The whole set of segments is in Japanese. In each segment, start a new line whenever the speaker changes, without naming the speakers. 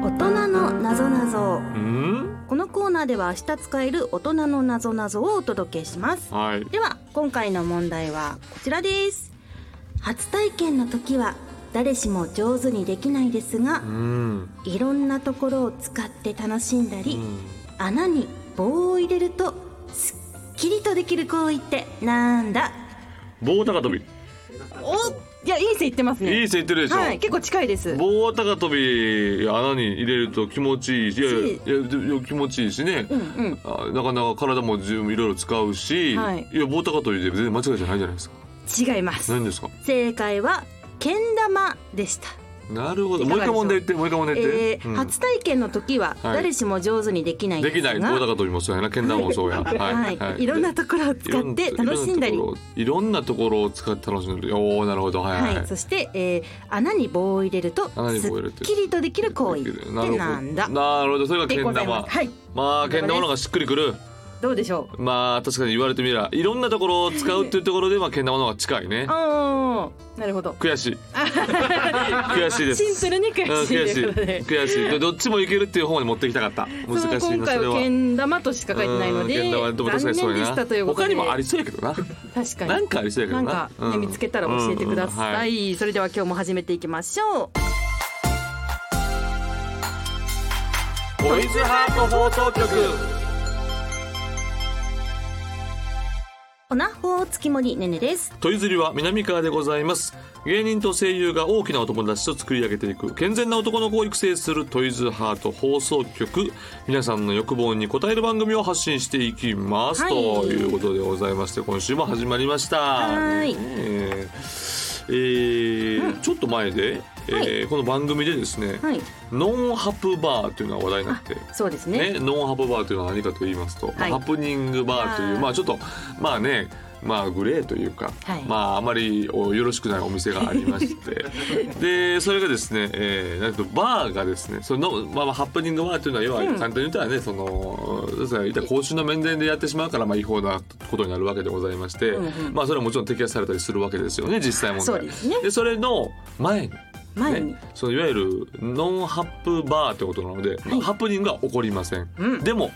のなぞなぞ
うん
このコーナーでは明日使える大人のなぞなぞをお届けします
はい
では今回の問題はこちらです初体験の時は誰しも上手にできないですが
うん
いろんなところを使って楽しんだ
う
り、
ん
穴に棒を入れるとすっきりとできる行為ってなんだ
棒高跳び
おいやいい線いってます
いい線いってるでしょ、
はい結構近いです
棒高跳び穴に入れると気持ちいいしいやいや
し
いやでいや気持ちいいしね、
うんうん
あなかなか体も十分いろいろ使うし、
はい
や棒高跳びで全然間違いじゃないじゃないですか
違います
何ですか
正解はけん玉でした
なるほど
いか
もう
が
一
でしょう
回問題言ってもう一回問題言って、
えー
うん
初体験の時は
はい
誰しも上手にできない
でき
す
ない
が
棒高跳びもそうやな剣道もそうやはい、
はい、い、ろんなところを使って楽しんだり
いろいろんなところを使って楽しんだりおおなるほどはいはい、
はい、そして、えー穴に棒を入れると
穴に
すっ
棒を入れて
きりとできる行為ってなんだ
なるほどなるほどそれが
で
け
ご
ん
ざい
玉
ますはい
まあけん玉の方がしっくりくる
どうでしょ う
まあ確かに言われてみればいろんなところを使うっていうところでまあけん玉の方が近いね
あーなるほど
悔 しい悔しいです
シ ンプルに悔
うん
しい
悔
とい
しいう
ことで
悔しいどどっちもいけるっていう方に持ってきたかった難しいな
そ
そ
の今回
れ
は
は
けん玉としか書いてないので
うんけん玉でも確かにそ
残念
うや
で
な
したということで
他にもありそうやけどな
確かに
なんかありそうやけ
な
ど
ん
な
か、ね
うん
見つけたら教えてください,、
うんうんはい
それでは今日も始めていきましょう
トイズハート放送局
おなほ月森ねねです
トイズリは南川でございます芸人と声優が大きなお友達と作り上げていく健全な男の子を育成するトイズハート放送局皆さんの欲望に応える番組を発信していきます、
はい
ということでございまして今週も始まりました
はい
ねええーちょっと前で、えーこの番組でですね、
はい
ノンハプバーというのが話題になって
そうですね
ね、ノンハプバーというのは何かと言いますと、まあ
はい
ハプニングバーとい
あ
う
ー
まあちょっとまあねまあグレーというか、
はい
まああまりおよろしくないお店がありまして でそれがですね、えー、なんとバーがですねその、まあ、まあハプニングバーというのは要は
うん
簡単に言ったらね、そのそうですね言ったら公衆の面前でやってしまうから、まあ、違法なことになるわけでございまして、
うんうん
まあそれはもちろん摘発されたりするわけですよね実際問題。
そうですね
でそれの前に
前に、
ね、そのいわゆるノンハプバーってことなので、まあハプニングは起こりません、
うん
でも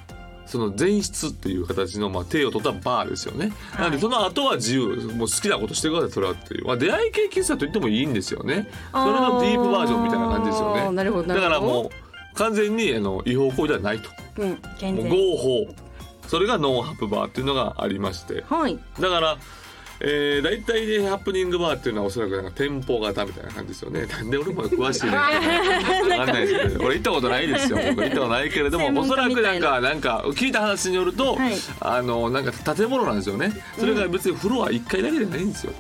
その前室っていう形のまあ手を取ったバーですよね、
はい
なんでその後は自由もう好きなことしてくださいそれはっていう、まあ、出会い系喫茶と言ってもいいんですよねそれのディープバージョンみたいな感じですよ
あー
ね
なるほどな
だ
る
か
ほど
らもう完全にあの違法行為ではないと
う、うん、健
もう
全
合法それがノンハプバーっていうのがありまして
はい
だから、えー、大体ねハプニングバーっていうのはおそらくなんか店舗型みたいな感じですよねなんで俺も詳しいねんわかんないですけど俺行ったことないですよ僕行ったことないけれど
専
もお
門
そ
家
ら
み
く
た
ないん
な
かなんか聞いた話によると、
はい
あのなんか建物なんですよねそれが別にフロア1階だけじゃないんですよ、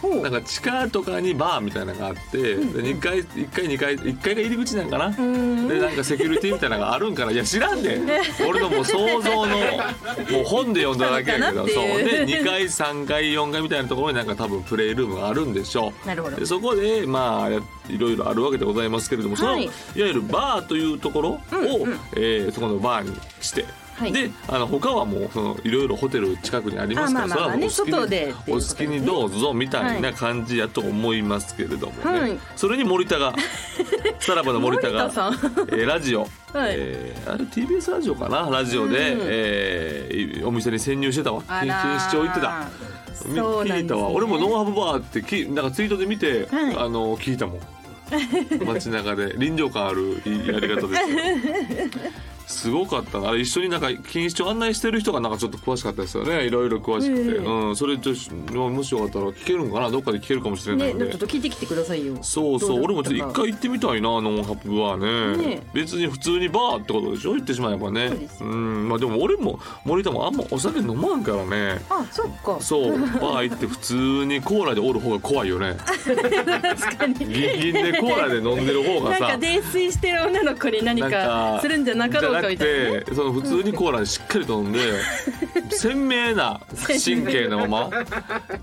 ほう
なんか地下とかにバーみたいなのがあって、で2階1階2階1階が入り口なんかな、
ん
でなんかセキュリティみたいなのがあるんかないや知ら んで俺のもう想像のもう本で読んだだけやけど
知
そ
ら んかなって
う
いう
で2階3階4階みたいなところになんか多分プレイルームがあるんでしょう
なるほど
でそこでまあやいろいろあるわけでございますけれども、その
はい
いわゆるバーというところを、
うんうん
えーそこのバーにして。
はい
であの他はもうそのいろいろホテル近くにありますから
あまあまあまあね
それはもうお
外
好きに
でっていうこと
お
です
好
ね
きにどうぞみたい
は
ない感じやと思いますけれどもね、
はい
それに森田 がさらばの森田が
森田さん
えーラジオ、
はい
えーあれ TBS ラジオかなラジオで、
うん
えーお店に潜入してたわ
あ
錦
ら
糸町行ってた。み
そうなんです、ね、
聞いたわ俺もノンハブバーってきなんかツイートで見て、
はい
あの聞いたもん街中で臨場感あるいいやり方です よすごかったなあれ一緒になんか錦糸町案内してる人がなんかちょっと詳しかったですよねいろいろ詳しくて、
ええ
うん、それちょっともしよかったら聞けるんかなどっかで聞けるかもしれな
ね、
いの
ちょ
で、
っと聞いてきてくださいよ。
そうそう
ど
俺
だ
も
った
ちょっと一回行ってみたいなノンハプバーね
ね
別に普通にバーってことでしょ言ってしまえばね
そうです
んまあでも俺も森田もあんまお酒飲まんからね
あ、そっ か。
そう、バー行って普通にコーラでおる方が怖いよね。
確かに。
ギンギンでコーラで飲んでる方が
なん
さ
か。泥酔してる女の子に何かするんじゃなかろうかみたいなね。
じゃなくてその普通にコーラでしっかりと飲んで、鮮明な神経のまま、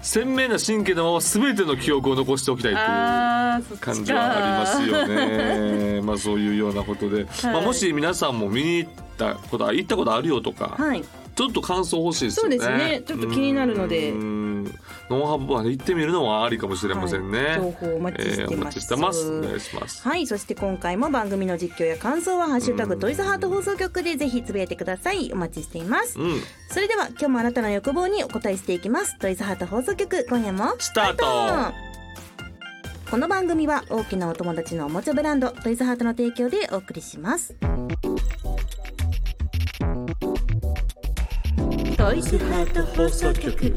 鮮明な神経のまま全ての記憶を残しておきたいという。
ああ、そっちか。
感じはありますよね。まあそういうようなことで、まあもし皆さんも見に行ったことあ行ったことあるよとか、
はい。
ちょっと感想欲しいですよね。
そうですねちょっと気になるので
うんノンハブバーで行ってみるのはありかもしれませんね。
はい情報お待ちしてます
えーお待ちしてます。お願いします。
はいそして今回も番組の実況や感想は「ハッシュタグトイズハート放送局」でぜひつぶやいてくださいお待ちしています
うん、
それでは今日もあなたの欲望にお答えしていきますトイズハート放送局今夜も
スタート
この番組は大きなお友達のおもちゃブランドトイズハートの提供でお送りしますトイズハート放送局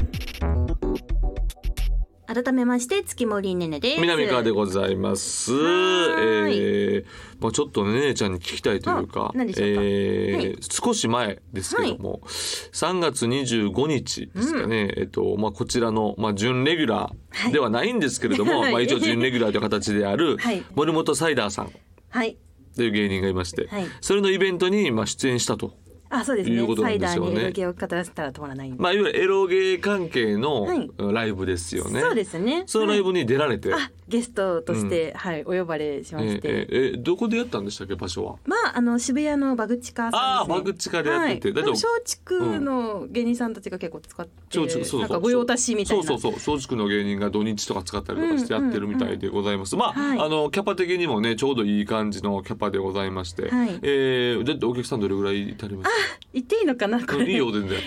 改めまして月森ねねです
南川でございます。え
はーい
ーまあちょっとね姉ちゃんに聞きたいというか、
あ何でしょうか
えー
はい
少し前ですけども、3月25日ですかね、えっとまあこちらのまあ準レギュラーではないんですけれども、
はい
まあ一応準レギュラーという形である
はい
森本サイダーさん
はい
という芸人がいまして、
はい
それのイベントにまあ出演したと。
あそうです
い
ね
うことな
サ
ん
イ
で
ダ
す
ー
よね
に色気を語らせたら止まらないんで、
まあいわゆるエロゲー関係の
はい
ライブですよね。
そうですね
そのライブに出られて、
あゲストとして、はいお呼ばれしま
え
し
ー
て、
えーえーどこでやったんでしたっけ場所は。
まああの渋谷のバグチカ
あ
さ
あ
んですね
バグチカでやってて、
はい、
だ
で
っ
も
て
松竹の芸人さんたちが結構使って、
そうそうそう
なんか御用達みたいな
そうそうそう松竹の芸人が土日とか使ったりとかしてやってるみたいでございます、まあ、
はい
あのキャパ的にもねちょうどいい感じのキャパでございまして、
はい
えーだってお客さんどれぐらいいたります
言っていいのかなこ
か
れ
いいよ全然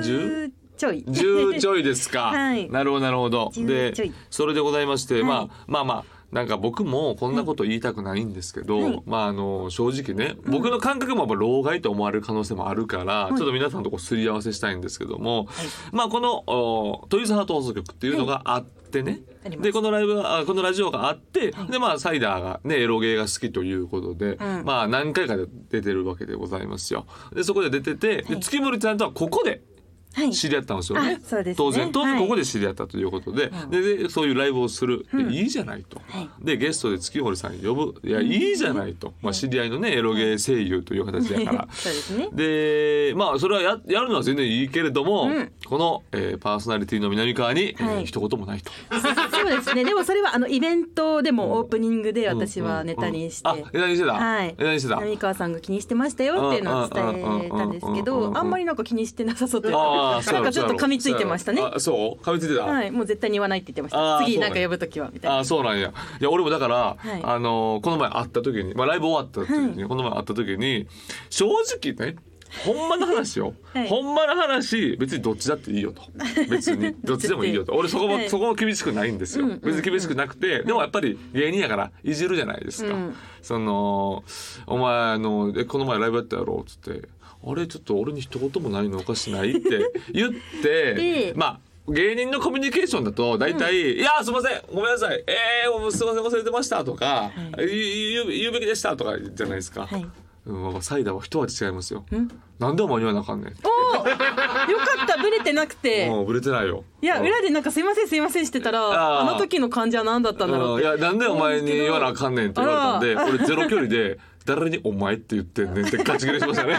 10ちょい
10ちょいですか、
はい
なるほどなるほど
10ちょい
それでございまして、
い
まあまあまあなんか僕もこんなこと言いたくないんですけど、
はい
まああの正直ね、僕の感覚もやっぱ老害と思われる可能性もあるから、
い
ちょっと皆さんとこうすり合わせしたいんですけども、まあこのお「トイズハート放送局」っていうのがあってね、
あります
でこのライブがあこのラジオがあって、でまあサイダーがねエロゲーが好きということで、
うん
まあ何回か出てるわけでございますよ。でそこで出てて、で月森ちゃんとはここで
はい
知り合ったんですよね
あそうですね
当然当然
はい
ここで知り合ったということで,、
うん
ででそういうライブをする、でいいじゃないと、
はい
でゲストで月堀さん呼ぶいやいいじゃないと、まあ、知り合いのねエロゲー声優という形だから。
そうですね
でまあそれはややるのは全然いいけれども、
うん
この、えーパーソナリティの南川に、えー
はい
一言もないと。
そうですねでもそれはあのイベントでもオープニングで私はネタにして、
うんうんあネタにしてた、
はい
ネタにしてた。
浪川さんが気にしてましたよっていうのを伝えたんですけ
うんうんうんうんう
ど
ん
あんまりなんか気にしてなさそうというか
あーそ
な
うや
ん
ろ
かちょっと噛みついてましたね
そうやろあそう噛みついてた、
はいもう絶対に言わないって言ってまし
あ
た
ー
次
そうな
なん
や
んか呼ぶときはみたい
あ
な
あそうなんや。いや俺もだから、
はい
あのーこの前会った時に、まあ、ライブ終わった時に、この前会った時に正直ねほんまの話よ、
はい
ほんまの話別にどっちだっていいよと別 にどっちでもいいよと俺そこも、
はい
そこも厳しくないんですよ、
うんうんうん
別に厳しくなくてでもやっぱり芸人やからいじるじゃないですか、
うん
そのお前あのえこの前ライブやったやろっつってあれちょっと俺に一言もないのおかしないって言って
で
まあ芸人のコミュニケーションだと大体「いやーすいませんごめんなさいえー、もうすいません忘れてました」とか、
は
言う言う言うべきでした」とかじゃないですか、
はい
うんまあサイダーは一味違いますよ
ん
なんでお前に言わなあかんねん
よかったブレてなくて
もうぶれてないよ
いや裏でなんかすいませんすいませんしてたら
あ
あ
ー
の時の感じは何だったんだろう
う
っ
んい
て
やなんでお前に言わなあかんねんって言われたんで俺ゼロ距離で「誰にお前って言ってんねん」って勝ち切れしましたね。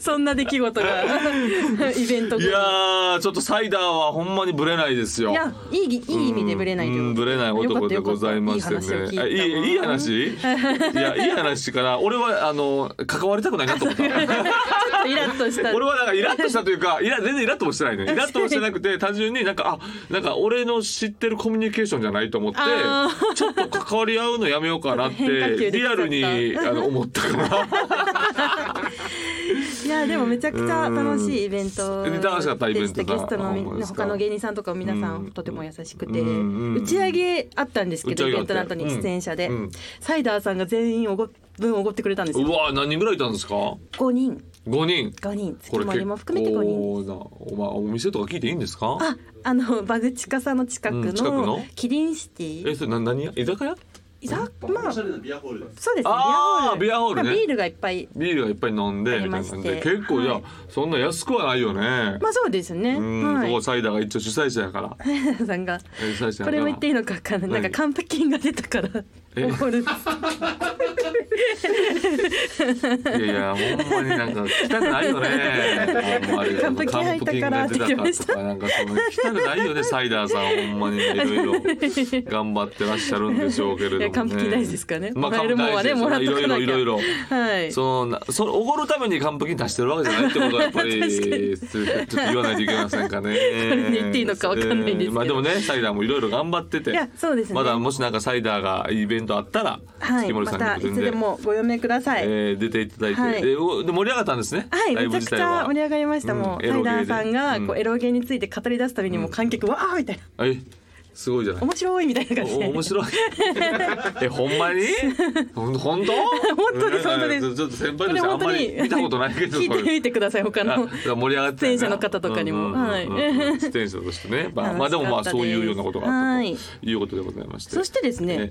そんな出来事がイベント後
い
に
やーちょっとサイダーはほんまにぶれないですよ。
いやいいぎいい意味でブレないと
う
い
ん
う
ぶれない
よか
男
った
で
よか
ご
った
ざいまして
いい話を聞い
ね。
た
あ
わ
い いいい話？いやいい話かな。俺はあの関わりたくないなと 思った。
ちょっとイラッとした
俺はなんかイラッとしたというか、いや全然イラッともしてないね。イラッともしてなくて単純になんかあなんか俺の知ってるコミュニケーションじゃないと思って
あ、
ちょっと関わり合うのやめようかなっ
変化球
て
できち
リ
ゃ
ア
った
ルにあの思ったから。
いやでもめちゃくちゃ楽しいイベント
うん楽しかったイベントだ
でしたゲストのみ
あほんまですか
他の芸人さんとかも皆さ
うん
んとても優しくて
うんう
打
ん
ち上げあったんですけど
打
イ
ち上げ
ベ
あっ
ン
て
トの後に出演者で
うんうん
サイダーさんが全員おご分おごってくれたんです
う
よ
わ何人ぐらいいたんですか？
5人
五人。
5人月
これ
森
結
も
構
含めて5人
なお前お店とか聞いていいんですか？
ああのバグチカさんの近く
うん近くの
のキリンシティ
えそれな何や居酒屋？
いざまあそう
ビアホールです。
ですね
あー
ビアホール
ビアホールね
まあビールがいっぱい
ビールがいっぱい飲んでみたいな感じ
あり
で
まして
結構じゃあ、そんな安くはないよね、
まあそうですね
うん、
は
ここ
い
サイダーが一応主催者やか ら
さんが
え主催者やから
これも言っていいのかわかんないなんか還付金が出たから
え
怒る
いやいや、ほんまになんか汚くない よね。ほんまに
完璧入ったからって言ってました
とかなんかその汚くないよねサイダーさんほんまにいろいろ頑張ってらっしゃるんでしょうけれども
い
ね。
や完璧大事ですからね
まあ
もらえるもんはねも
完璧大事です
らっとかなきゃ
いろいろいろい
はい
ろ。そのなそのおごるために完璧に出してるわけじゃないってことはやっぱ
確かに
りちょっと言わないといけませんかね。
に言っていいのかわかんないんですけど
えーまあでもねサイダーもいろいろ頑張ってて。
いやそうですね
まだもしなんかサイダーがイベントあったら、
はい、
月森さ
ま
んに
たい
も全
つ
然
でもご読めください。
えー出ていただいて、
はい
えーおで盛り上がったんですね。
はい、
ライ
めちゃ
ブ
く
自
ち
体
ゃ
は
盛り上がりました。
うん
もう、
エ
サ
ロ
イ
ゲ
ダ
ー
ー
で
さんが、こ
う
う、
ん
エロゲーについて語り出すたびに、もう観客、わーみたいな、
えすごいじゃない。
面白いみたいな感じ
お
で。
面白い。えほんまに？ほん本当？
本当です本当です
えーちょっと先
こ
輩と
れ
して
本
あん
当
ま
に
り見たことないけど。
聞いてみてください、他
あ
の。
盛り上がって
出演者の方とかにもはい
自転車としてね、まあ、まあでもまあそういうようなことがあったということでございまして
そしてです
え
ね、
え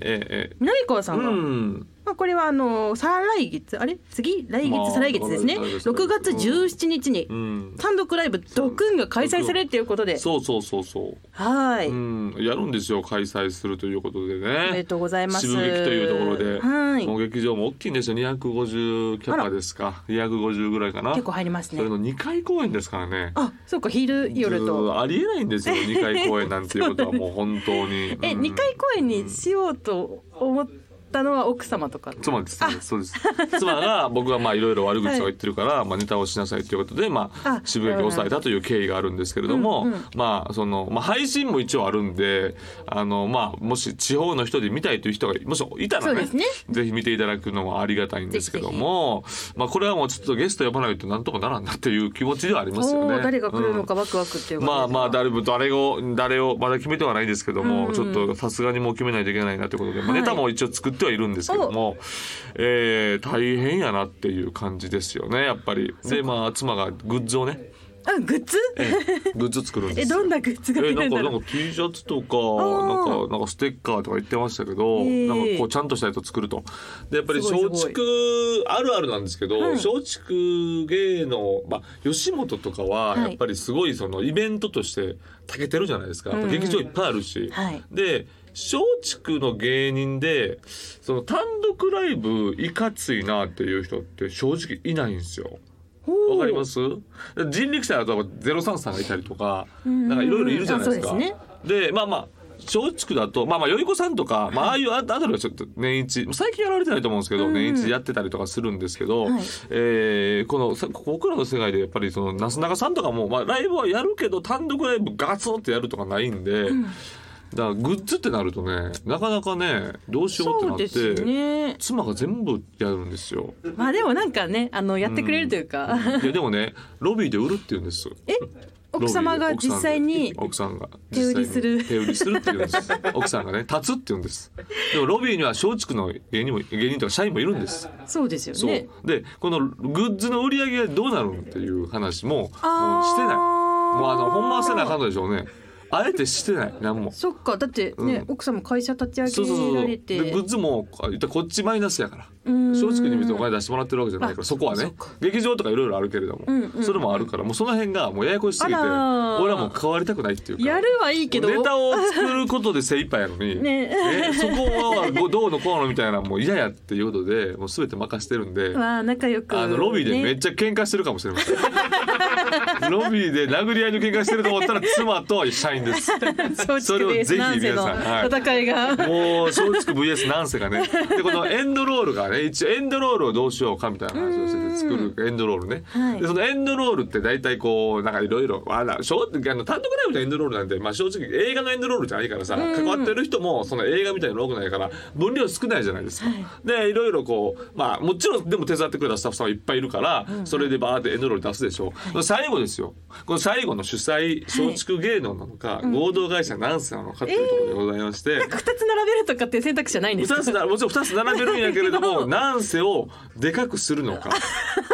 え
南川さ
えうん
は、
ん
まあ、これはあの再来月あれ次来
まあ
月再来月ですね
再来月
6月17日に
うん
単独ライブ「ドクン」が開催されるということで
そうそうそうそう
はいうお
ん、やるんですよ開催するということでね。
めでとうございます
渋劇というところで、
はい
もう劇場も大きいんですよ。250キャパですか。250ぐらいかな。
結構入ります
それ
ね
の2回公演ですからね。
あそうか昼夜
ず
と
ーありえないんですよ。2回公演なんていうことはもう本当 に。
え
うん
二回公演にしようと思ったのは奥様とか
妻です、ね、そうです妻が僕がまあいろいろ悪口を言ってるから、まあ、ネタをしなさいということで、まあ
あ、
渋谷を抑えたという経緯があるんですけれども、
うんうん
まあそのまあ、配信も一応あるんであの、まあ、もし地方の人で見たいという人がもしいたら
そう
ね
ですね
ぜひ見ていただくのもありがたいんですけどもまあ、これはもうちょっとゲスト呼ばないとなんとかならんなっていう気持ちではありますよ
お
ね。
ー誰が来るのかワクワクっていう
まあまあ
だ
誰も誰を誰をまだ決めてはないですけども、
うん
ちょっとさすがにもう決めないといけないなということで、まあ
はい
ネタも一応作ってはいるんですけども、えー大変やなっていう感じですよねやっぱり。でまあ妻がグッズをね
あグッズ
グッズ作るん で
え
す
ど
よ。
んなグッズ
え
が出
な
る
ん
んだ
か
ろ
な
うん
か T シャツとか
ー
なんかなんかステッカーとか言ってましたけど、
へー
なんかこうちゃんとしたやつを作るとでやっぱり
すごいす
松
ごい
竹あるあるなんですけど、
はい
松竹芸能まあ吉本とかは
はい
やっぱりすごいそのイベントとしてたけてるじゃないですか、やっぱ
うんうん
劇場いっぱいあるし、
はい
で松竹の芸人でその単独ライブいかついなっていう人って正直いないんですよ。
おー
わかります人力車だとゼロ三さんがいたりとか、
んうん
なんかいろいろいるじゃないですか。
あそうです
でまあまあ松竹だとまあまあよいこさんとか、まあああいうああたりはちょっと年一最近やられてないと思うんですけど、
うん
年一でやってたりとかするんですけど、
はい
えーこのさこ僕らの世界でやっぱりそのなすなかさんとかもまあライブはやるけど単独ライブガツンってやるとかないんで。だからグッズってなるとねなかなかねどうしようってな
そう
っ
です
て、
ね
妻が全部やるんで すよ。
まあでもなんかねあのやってくれるというか、
いやでもねロビーで売るって言うんです。
え奥様が実際に
奥さんが
手売りする
実際に手売りするって言うん です奥さんがね立つって言うんですでもロビーには松竹の芸人も芸人とか社員もいるんです
そうですよ
そう、
ね
でこのグッズの売り上げがどうなるんっていう話ももうして
あー
ないもうあのほんまはせなあかんのでしょうねあえてしてない何も
そっかだってね、
う
奥様会社立ち
そうそ
上
うそう
げ
そう
ら
で
れて
グッズもあ言ったらこっちマイナスやから
うん
松竹に別にお金出してもらってるわけじゃないから
あ
そこは
そ
ね
っか
劇場とかいろいろあるけれども、
うんうんうん
それもあるからもうその辺がもうややこしすぎて
あ
俺
らー
はもう関わりたくないっていうか
やるはいいけど
ネタを作ることで精一杯やのに、
ね
ねそこはごどうのこうのみたいなもう嫌やっていうことでもう全て任してるんで。
わあ仲良く、
あのロビーでめっ
ね
ちゃ喧嘩してるかもしれません、 ロビーで殴り合いの喧嘩してると思ったら妻と社員です
松
そ
竹
れを
ベー
ぜ
ス
ひ
なんせ
皆
の
さんはい
戦いが、
もう松竹 VS なんせかねでこのエンドロールがね一応エンドロールをどうしようかみたいな話をしてて作るエンドロールね、
はい
でそのエンドロールって大体こうなんかいろいろあら正直あの単独ライブのエンドロールなんて、まあ、正直映画のエンドロールじゃないからさ関わってる人もその映画みたいなの多くないから分量少ないじゃないですか。でいろいろこうまあもちろんでも手伝ってくれたスタッフさんはいっぱいいるから、それでバーってエンドロール出すでしょ、最後ですよこの最後の主催松竹芸能なのか、合同会社なんせなのかっていうところでございまして。
二つ並べるとかっていう選択肢はないんです
二
か
つなもちろん二つ並べるんやけれどもなんせをでかくするのか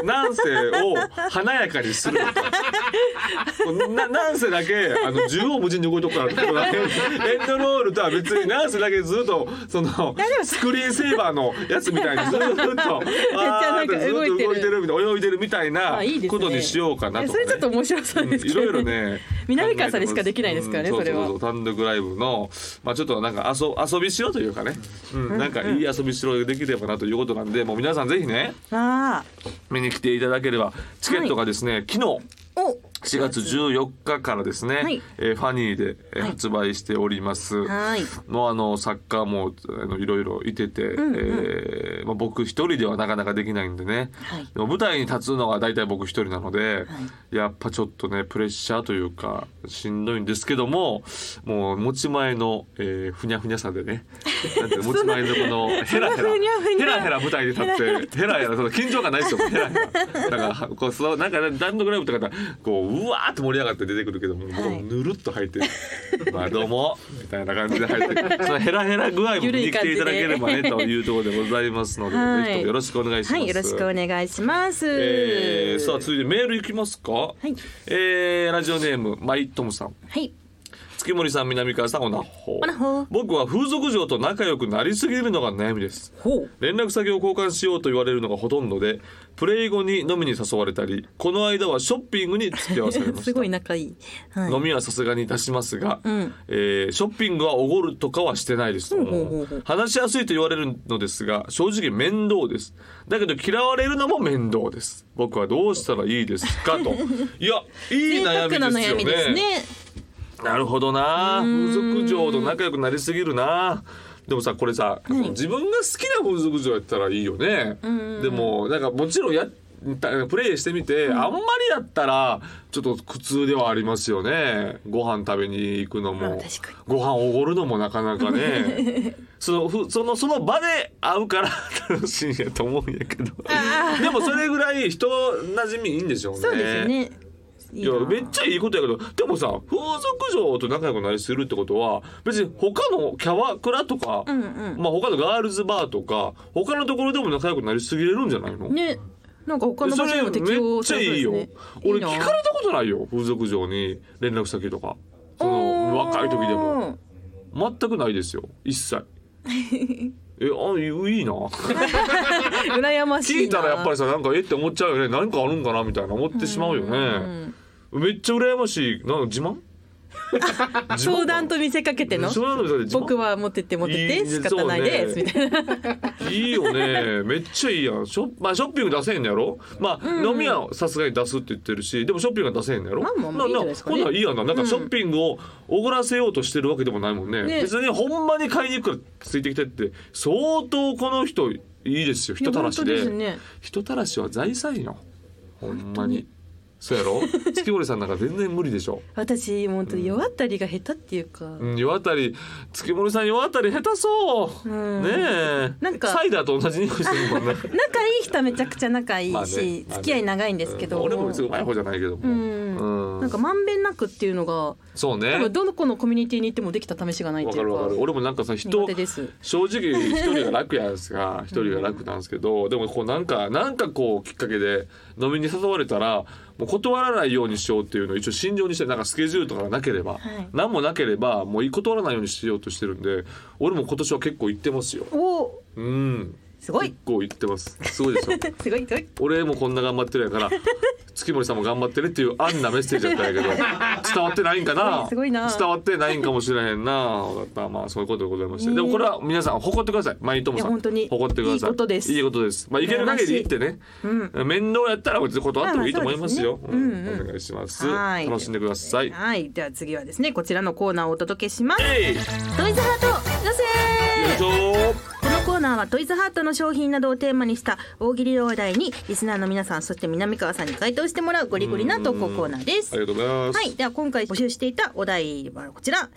なんせを華やかにするのかななんせだけあの縦横無尽に動いとくからエンドロールとは別になんせだけずっとそのスクリーンセーバーのやつみたいにずっとあー
なんか
ずっと
動いてる
動いてるみたいな泳
あいいで
いでるみたいな
すね
ことにしようかなとか、ね
それちょっと面白そう
うん
で
い
すけど、
ろいろね
南川さんにしかできないですからね
うん
それは
ううう単独ライブのまあちょっとなんか遊遊びしろというかね、うん、なんかいい遊びしろができればなということなんでもう皆さんぜひね
あ
見に来ていただければチケットがですね、昨日
あお
4月14日からですね、
はい
えーファニーでえー
はい
発売しております、
はい
もうあの作家もあのいろいろいてて、
んうん
えーまあ、僕一人ではなかなかできないんでね、
はい
でも舞台に立つのが大体僕一人なので、
は
やっぱちょっとねプレッシャーというかしんどいんですけどももう持ち前の、えーふにゃふにゃさでねなんて持ち前のこ のヘラヘラ
ふにゃふに
ヘ
ゃ
ラヘラ舞台に 立ってヘラヘラその緊張感ないですよヘラヘラだからこうそうなんかね単独ライブとかだったらこううわーって盛り上がって出てくるけども、
はい
ぬるっ と入って「まあどうも」みたいな感じで入ってそのヘラヘラ具合も見に来ていただければねというところでございますので、
はい
ぜひともよろしくお願いします。
はい、よろしくお願いします。
えー、さあ続いてメールいきますか、はいえー、ラジオネームマイトムさん
はい、
月森さん南川さんおなほ
おなほ
僕は風俗嬢と仲良くなりすぎるのが悩みです
ほう、
連絡先を交換しようと言われるのがほとんどでプレイ後に飲みに誘われたりこの間はショッピングに付き合わされまし た
すごい仲いい。はい、
飲みはさすがにいたしますが、
ん
えーショッピングはおごるとかはしてないです、
ほうほうほう
話しやすいと言われるのですが正直面倒ですだけど嫌われるのも面倒です僕はどうしたらいいです かといやい
贅
い悩
沢
み
な
です
悩
よ
み
ね
ですね。
なるほどな風俗嬢と仲良くなりすぎるなでもさこれさ、自分が好きな風俗嬢やったらいいよねでもなんかもちろんやったプレイしてみて、あんまりやったらちょっと苦痛ではありますよねご飯食べに行くの
あ
も
確かに
ご飯おごるのもなかな かねそのふそのその場で会うから 楽しいんやと思うんやけどでもそれぐらい人馴染みいいんでしょうね。
そうですよね。い
いやめっちゃいいことやけどでもさ風俗嬢と仲良くなりするってことは別に他のキャバクラとか、
うんうん
まあ、他のガールズバーとか他のところでも仲良くなりすぎれるんじゃないの、
ゃね、なんか他の
そ
場所
れ
に
め
も
っ
適用
ち
さ
ゃ
れそう
い
で
い
す
よ
ね。
俺
な
聞かれたことないよ風俗嬢に連絡先とかその
おー
若い時でも全くないですよ 一切えあいいな
羨ましいな
聞いたらやっぱりさなんかえって思っちゃうよね何かあるんかなみたいな思ってしまうよねめっちゃ羨ましいなんか自慢自慢
商談と見せかけての
そうなのよ自慢
僕は持ってって持って
い
て
い
仕方ないです、
そうね
みたいない
いよねめっちゃいいやんショ,、まあ、ショッピング出せへんのやろまあ、飲みはさすがに出すって言ってるしでもショッピングは出せへんのやろ
まあまあまあいいんじゃないですかね
ほんならいいやんななんかショッピングをおごらせようとしてるわけでもないもんね
ね
別にほんまに買いに行くからついてきてって相当この人いいですよ人たらし
い
で
や本当ですね
人たらしは財産よほんまにそうやろ月森さんなんか全然無理でしょ
私もう本当に弱ったりが下手っていうか、
うん世渡り月森さん世渡り下手そう、
うん
ねえ
なんか
サイダーと同じ匂いするもんな
仲いい人はめちゃくちゃ仲いいし、
まあねまあね
付き合い長いんですけど、
うん俺も別にうまい方じゃないけども、
うん
うん
なんかまんべんなくっていうのが
そうね
多分どの子のコミュニティに行ってもできた試しがないっ
わ
てい
か
う
る
か
わかる俺もなんかさ
苦
人
手です
正直一人が楽やんですが一人が楽なんですけどでもこうなんかなんかこうきっかけで飲みに誘われたらもう断らないようにしようっていうのを一応心情にしてなんかスケジュールとかがなければ、
い
何もなければもう断らないようにしようとしてるんで俺も今年は結構行ってますよ。
お
うん
すごい
結構行ってますすごいでしょ
すごいすごい
俺もこんな頑張ってる やから月森さんも頑張ってるっていうあんなメッセージだったんやけど伝わってないんかな
すごいな
伝わってないんかもしれへんなわかったまあそういうことでございまして、でもこれは皆さん誇ってください毎友
い
さん
や本当に
誇ってください
いいことです
いいことですまあいける限り行ってね、面倒やったら別に断ってもいいと思いますよ、
まあまあそうですねうんうん
お願いします
はい
楽しんでください
はい、では次はですね、こちらのコーナーをお届けします。
えいよ
トイズハート、よせー
いしょ
このコーナーはトイズハートの商品などをテーマにした大喜利を話題にリスナーの皆さんそして南川さんに回答してもらうゴリゴリな投稿コーナーで
あ
す。
りがとうございます、
はい、では今回募集していたお題はこちら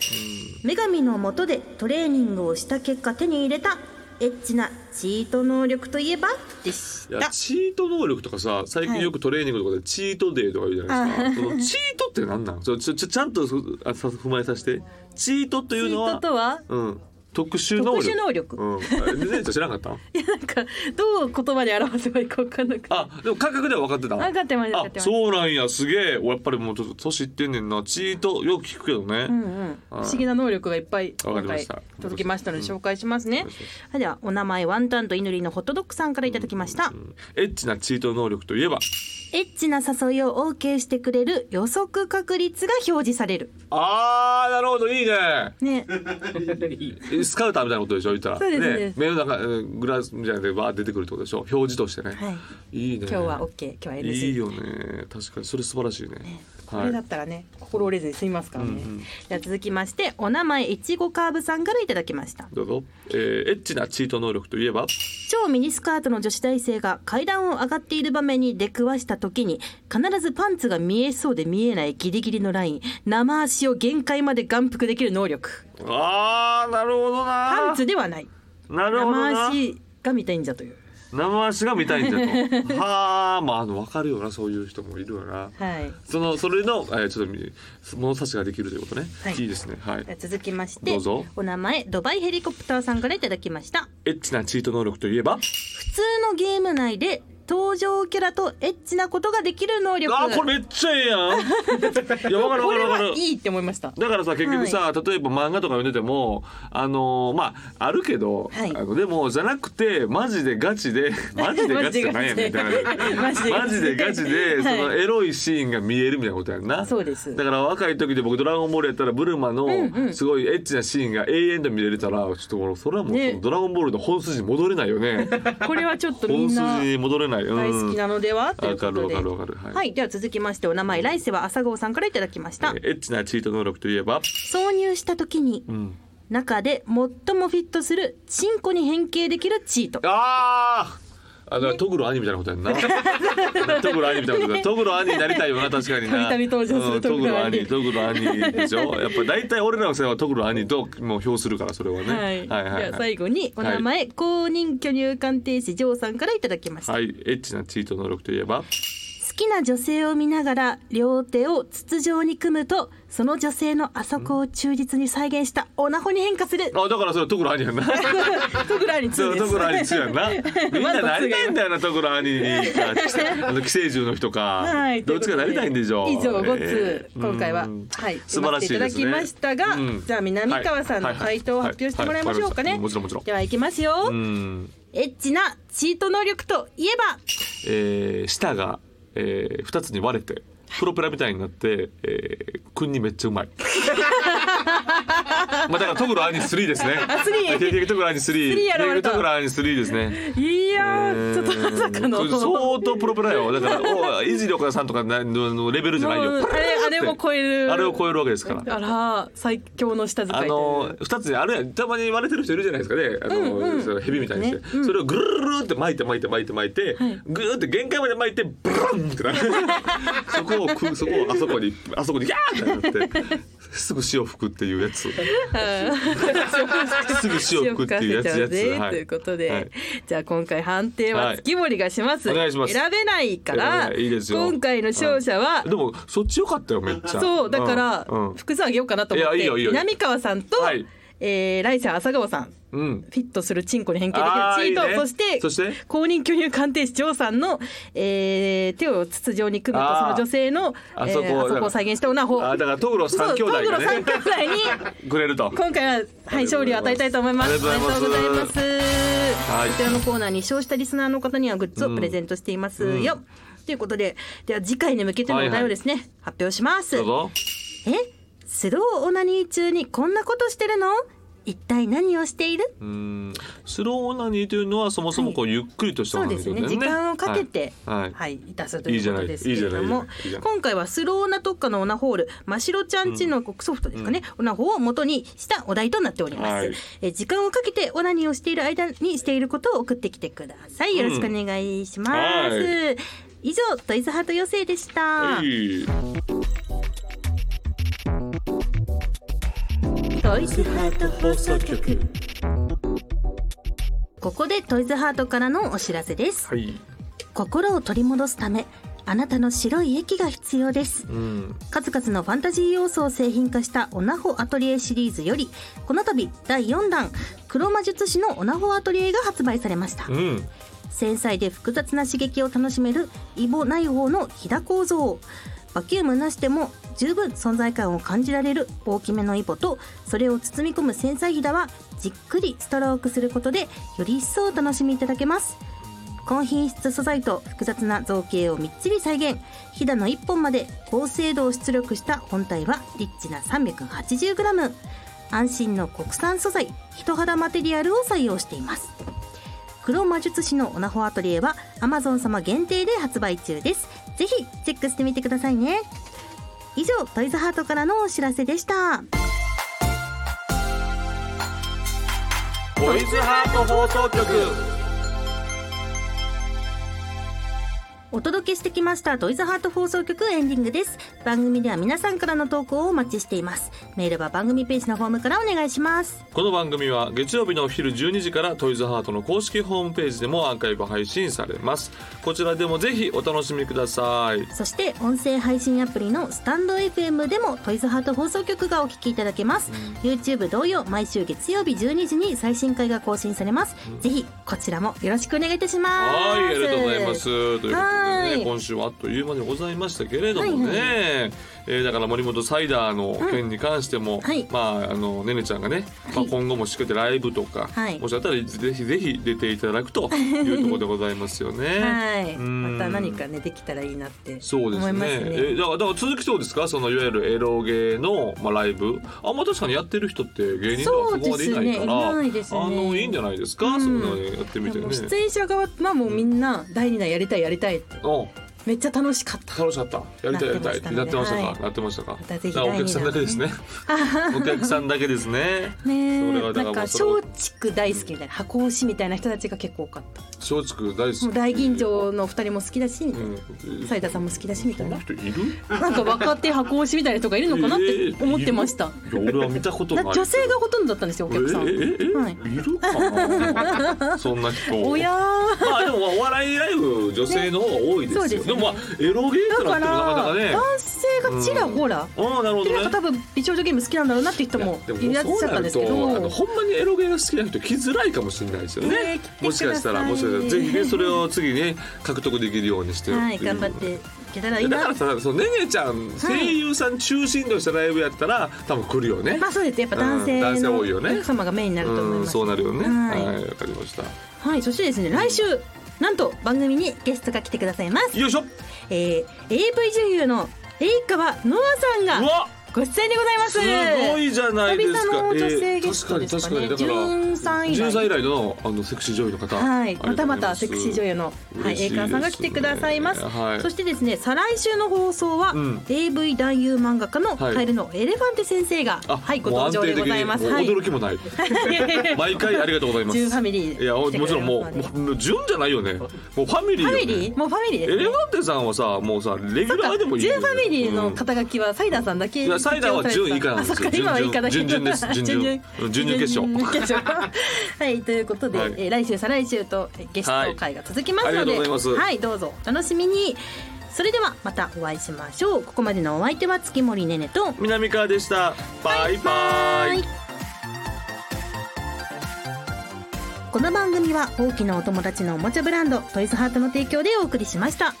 女神の下でトレーニングをした結果手に入れたエッチなチート能力といえばでし
いや
た
チート能力とかさ最近よくトレーニングとかでチートデーとか言うじゃないですか、そのチートって何なんちょちょちょちゃんとふあさ踏まえさせてチートという
人
のは
とは
うん特殊能
特
力
殊能力。
うんえねねちゃん知ら なかっ
いやなんかどう言葉で表せばいいか分かんなくて。
たあでも感覚では分かってた
分かってます分かって
あ
ます。
そうなんやすげえ俺やっぱりもうちょっと年いってんねんなチートよく聞くけどね、
うんうん、不思議な能力がいっぱい
わか
今
りまし
回
た
届きましたので紹介しますね。
ではお名前ワンタンと祈りのホットドッグさんからいただきました、
エッチなチート能力といえば
エッチな誘いを OK してくれる予測確率が表示される
あーなるほどいいね
ね
えスカウターみたいなことでしょ言ったら
そうですそう
ね
です
目の中えーグラスみたいなのでバーって出てくるってことでしょ表示としてね、い、いね
今日は OK 今日はい NG
いよね確かにそれ素晴らしいね
こ
は
れ
い
だったらね心折れずに済みますからね。
じゃあ続きましてお名前いちごカーブさんからいただきました
どうぞ、えーエッチなチート能力といえば
超ミニスカートの女子大生が階段を上がっている場面に出くわした時に必ずパンツが見えそうで見えないギリギリのライン生足を限界まで眼福できる能力
あーなるほどな
パンツではない
なるほど
生
な
足が見たいんじゃという
生足が見たいんだとはあまああの分かるよなそういう人もいるよな
はい
そのそれの、えーちょっとみ物差しができるということね、
はい
い、いですねはい
じゃあ続きまし
ど
て
うぞ
お名前ドバイヘリコプターさんからいただきました
エッチなチート能力といえば
普通のゲーム内で登場キャラとエッチなことができる能力
あーこれめっちゃええやんいや分かる
こ
分か
れ
る分か
は
る
いいって思いました。
だからさ結局さ、例えば漫画とか読んでてもあのーまああるけど、
はい
あのでもじゃなくてマジでガ チでマジでガチってなんやねんみたいな
マジでガチ
マジでガチでそのエロいシーンが見えるみたいなことやんな
そうです
だから若い時で僕「ドラゴンボール」やったらブルマのすごいエッチなシーンが永遠と見れてたらちょっと俺それはもう、
ね
ドラゴンボールの本筋に戻れないよね
これはちょっと み
本
ん
筋
な
に戻れない、うん、
大好きなのではとい
わ
うこ
か
と
るわ
で
か。るわかるはい、
はいでは続きましてお名前来世は朝顔さんからいただきました
えーエッチなチート能力といえば、
挿入した時に
うん、
中で最もフィットするチンコに変形できるチート
あーあだからトグロ兄みたいなことやんな トグロ兄みたいなことだトグロ兄になりたいよ な確かにな
たびたび登場する
うん
ト
ト
グ
グ
ロ
ロ
兄
兄トグロ兄でしょやっぱ大体俺らの世代はトグロ兄ともう評するからそれはね、
はい、
はいはい
では
はい
最後にお名前、公認巨乳鑑定士ジョーさんからいただきました、
はいエッチなチート能力といえば
好きな女性を見ながら両手を筒状に組むとその女性のあそこを忠実に再現したオナホに変化する
あだからそれトグロ兄やんな
トグラに2
そう
で
ト
す
グ。ロ兄強や んなみんななりたいんだよなトグロ兄にかあの寄生獣の人か、
はい、
どっちかなりたいんでしょ
以上5
え
通、
ー
今回は、
うん
はい、
素晴らしいですね
読ませていただきましたが、
うん
じゃあ南川さんの
はいはいはい
回答を発表してもらいましょうかね。
はいはいわかりましたもちろんもちろん
では行きますよ。
うん
エッチなチート能力といえば
えー舌が、え2つに割れてプロペラみたいになって、えー、君にめっちゃうまい。 まあだからトグロアニ3ですね。
3
結局トグロアニ3。
3やられた
結局トグロアニ3ですね。
いやー、ちょっとまさかの。
えー相当プロペラよ。だ からおいじりょかさんとかなののレベルじゃない
もう
よ。
あれあれも超える
あれを超えるわけですから。
あら、最強の下遣い
あ
で。
の二つにあれたまに割れてる人いるじゃないですかね。あの、その蛇みたいにして、それをぐるるるって巻いて巻いて巻いて巻いて、ぐーって限界まで巻いてブロンってなる。 そこをくそこをあそこにあそこにギャーってなって。すぐ潮吹くっていうやつ。 すぐ潮吹くっていうやつやつ。
ぜ
はい
ということで、
はい
じゃあ今回判定は月森がします。
はいお願いします
選べないから、
選べないいいですよ
今回の勝者は、
でもそっち良かったよめっちゃ。
そうだから、
うん。
複数あげようかなと思っ
いやいい
て
よいいよ
南川さんと、
はい
えー、来世朝顔さんフ
うんうん
ィットするチンコに変形できるチート
あーいいね
そして
そして
公認巨乳鑑定士張さんの、えー、手を筒状に組むと
あー
その女性の
あ
えー
そこ
あそこを再現したオナホ
あだからトグロ
そ
三
う
兄弟
トグロ
が
三
ね
兄弟に
くれると。
今回は、はい、勝利を与えたいと思います。
ありがとうござい
お
ます
めでとうございます。
はい
こちらのコーナーに称したリスナーの方にはグッズをプレゼントしていますよ、ということででは次回に向けてのお題をですね、発表します
どうぞ。
えスローオナニー中にこんなことしてるの一体何をしている
うんスローオナニーというのはそもそもこうゆっくりとした
そ
お
う
話
ですね時間をかけて
は
は、
いはいい
い、たすということですけれど
いいじゃない
も
いいじゃない
今回はスローな特化のオナホールましろちゃんちのソフトですかね、オナホを元にしたお題となっております、
はい
え時間をかけてオナニーをしている間にしていることを送ってきてくださいよろしくお願いします、
うん
以上トイズハート予選でした、
はい
トイズハート放送局ここでトイズハートからのお知らせです
はい。
心を取り戻すためあなたの白い液が必要です
うん
数々のファンタジー要素を製品化したオナホアトリエシリーズよりこの度第4弾黒魔術師のオナホアトリエが発売されました
うん
繊細で複雑な刺激を楽しめるイボない方のひだ構造バキュームなしでも十分存在感を感じられる大きめのイボとそれを包み込む繊細ひだはじっくりストロークすることでより一層お楽しみいただけます高品質素材と複雑な造形をみっちり再現ひだの1本まで高精度を出力した本体はリッチな 380g 安心の国産素材人肌マテリアルを採用しています黒魔術師のオナホアトリエは Amazon 様限定で発売中ですぜひチェックしてみてくださいね以上トイズハートからのお知らせでした
トイズハート放送局
お届けしてきましたトイズハート放送局エンディングです番組では皆さんからの投稿をお待ちしていますメールは番組ページのフォームからお願いします
この番組は月曜日のお昼12時からトイズハートの公式ホームページでもアーカイブ配信されますこちらでもぜひお楽しみください
そして音声配信アプリのスタンド FM でもトイズハート放送局がお聞きいただけます、YouTube 同様毎週月曜日12時に最新回が更新されます、ぜひこちらもよろしくお願いいたします
はい、ありがとうございます。ということで
は
ね、
い
今週はあっという間でございましたけれどもね、
はいは
えーだから森本サイダーの件に関しても、
はい
まああのねねちゃんがね、
は
まあ
い
今後もしっかりライブとか、
はい
もしあったらぜひぜひ出ていただくというところでございますよね。
はい、
うん
また何かねできたらいいなって
そうです
思い
ね。
ますね。
えだからだから続きそうですか、そのいわゆるエロゲーのまあライブ、あんま確かにやってる人って芸人とはそこまでいないから、
そうですねいないですね
あのいいんじゃないですか、
うん
そういうのやってみて
で
ね
も。出演者側まあもうみんな第二弾やりたいやりたいって
うん
めっちゃ楽しかった。
楽しかったやりたいやりたい
な
な
っ
っ
てて
ま
ま
し
したた
か
ね
なってましたか
またぜひ
だからお客さんだけ
第
で
二
すね お客さんだけですねそれ
ね
は
え、な
だから
ん
も
か
うそれ
松竹大好きみたいな箱推しみたいな人たちが結構多かった。
松竹大好き
もう大吟醸の二人も好きだし、
うん
斉田さんも好きだしみた
そ
い
ん
な
な。人いる
なんか若手箱推しみたいな人がいるのかなっ
え
て
ー
思ってました。
いるいや俺は見たことな
ない女性がほとんどだったんですよお
え
客さん。
えええ
はい
いるかなそんな人
おやー
まあでもお笑いライブ女性の方が多いですよ、
ねそう
で
ですね
もまあエロゲー
だ
と
から
なってもなかなかね
男性がちらほら。
ああなるほ
で
ど
なんか
ね
多分美少女ゲーム好きなんだろうなって人も
でも
いらっし
そう
ゃっ
な
たんで
る
すけ
とあの
ど。
ほんまにエロゲーが好きな人来づらいかもしれないですよね
ね来てください
もしかしたらもしかしたらぜひねそれ を次ね獲得できるようにして
はい頑張っていけたらいい
だ
な
からさそのねねちゃん、声優さん中心としたライブやったら多分来るよね
まあそうですやっぱ男
う
性
ん
の
男性多いよ
お
ね
客様がメインになると思い
うん
ます
そ。うなるよね
はい
はいわかりました
はいそしてですね来週なんと番組にゲストが来てくださいます、
よいしょ
えー、AV 女優のレイカワノアさん
う
が
わ
ご出演でございます
すごいじゃないですか
久々の女性ゲスト
えー
ですか
確
ね
かに確かにだから
13以来
13以来のあのセクシー女優の方
はい、またまたセクシー女優の、はい、
嬉しい
栄
ですね
冠さんが来てくださいます。
はい
そしてですね、再来週の放送は、
うん
AV 男優漫画家の
はい
カエルのエレファンテ先生が、
あ
はい、ご
もう
登
安
場
定
で
的
ござ
に
います。
もう
はい、
驚きもない 毎 回ありがとうございます
純ファミリー
いやもちろん
来
も
てくれますので
うもう純じゃないよねもうファミリー
フ
よ
ァミ
ね
リー、もうファミリー
エ
です、
レ
ね
フ。ァンテさんはさもうさレギュラーでもいいよ
純
ね
ファミリー
う
の
ん
肩書きはサイダーさんだけ
いやサイダーは準以下なんですよ
あそっか今は以下だけど
準々です準々うん準々決勝
準々決勝はいということで、
はい
えー来週再来週とえーゲスト会が続きます
はいあ
の
りがとう
で、
ございます
はいどうぞお楽しみにそれではまたお会いしましょうここまでのお相手は月森ねねと
南川でしたバイバイ
この番組は大きなお友達のおもちゃブランドトイズハートの提供でお送りしました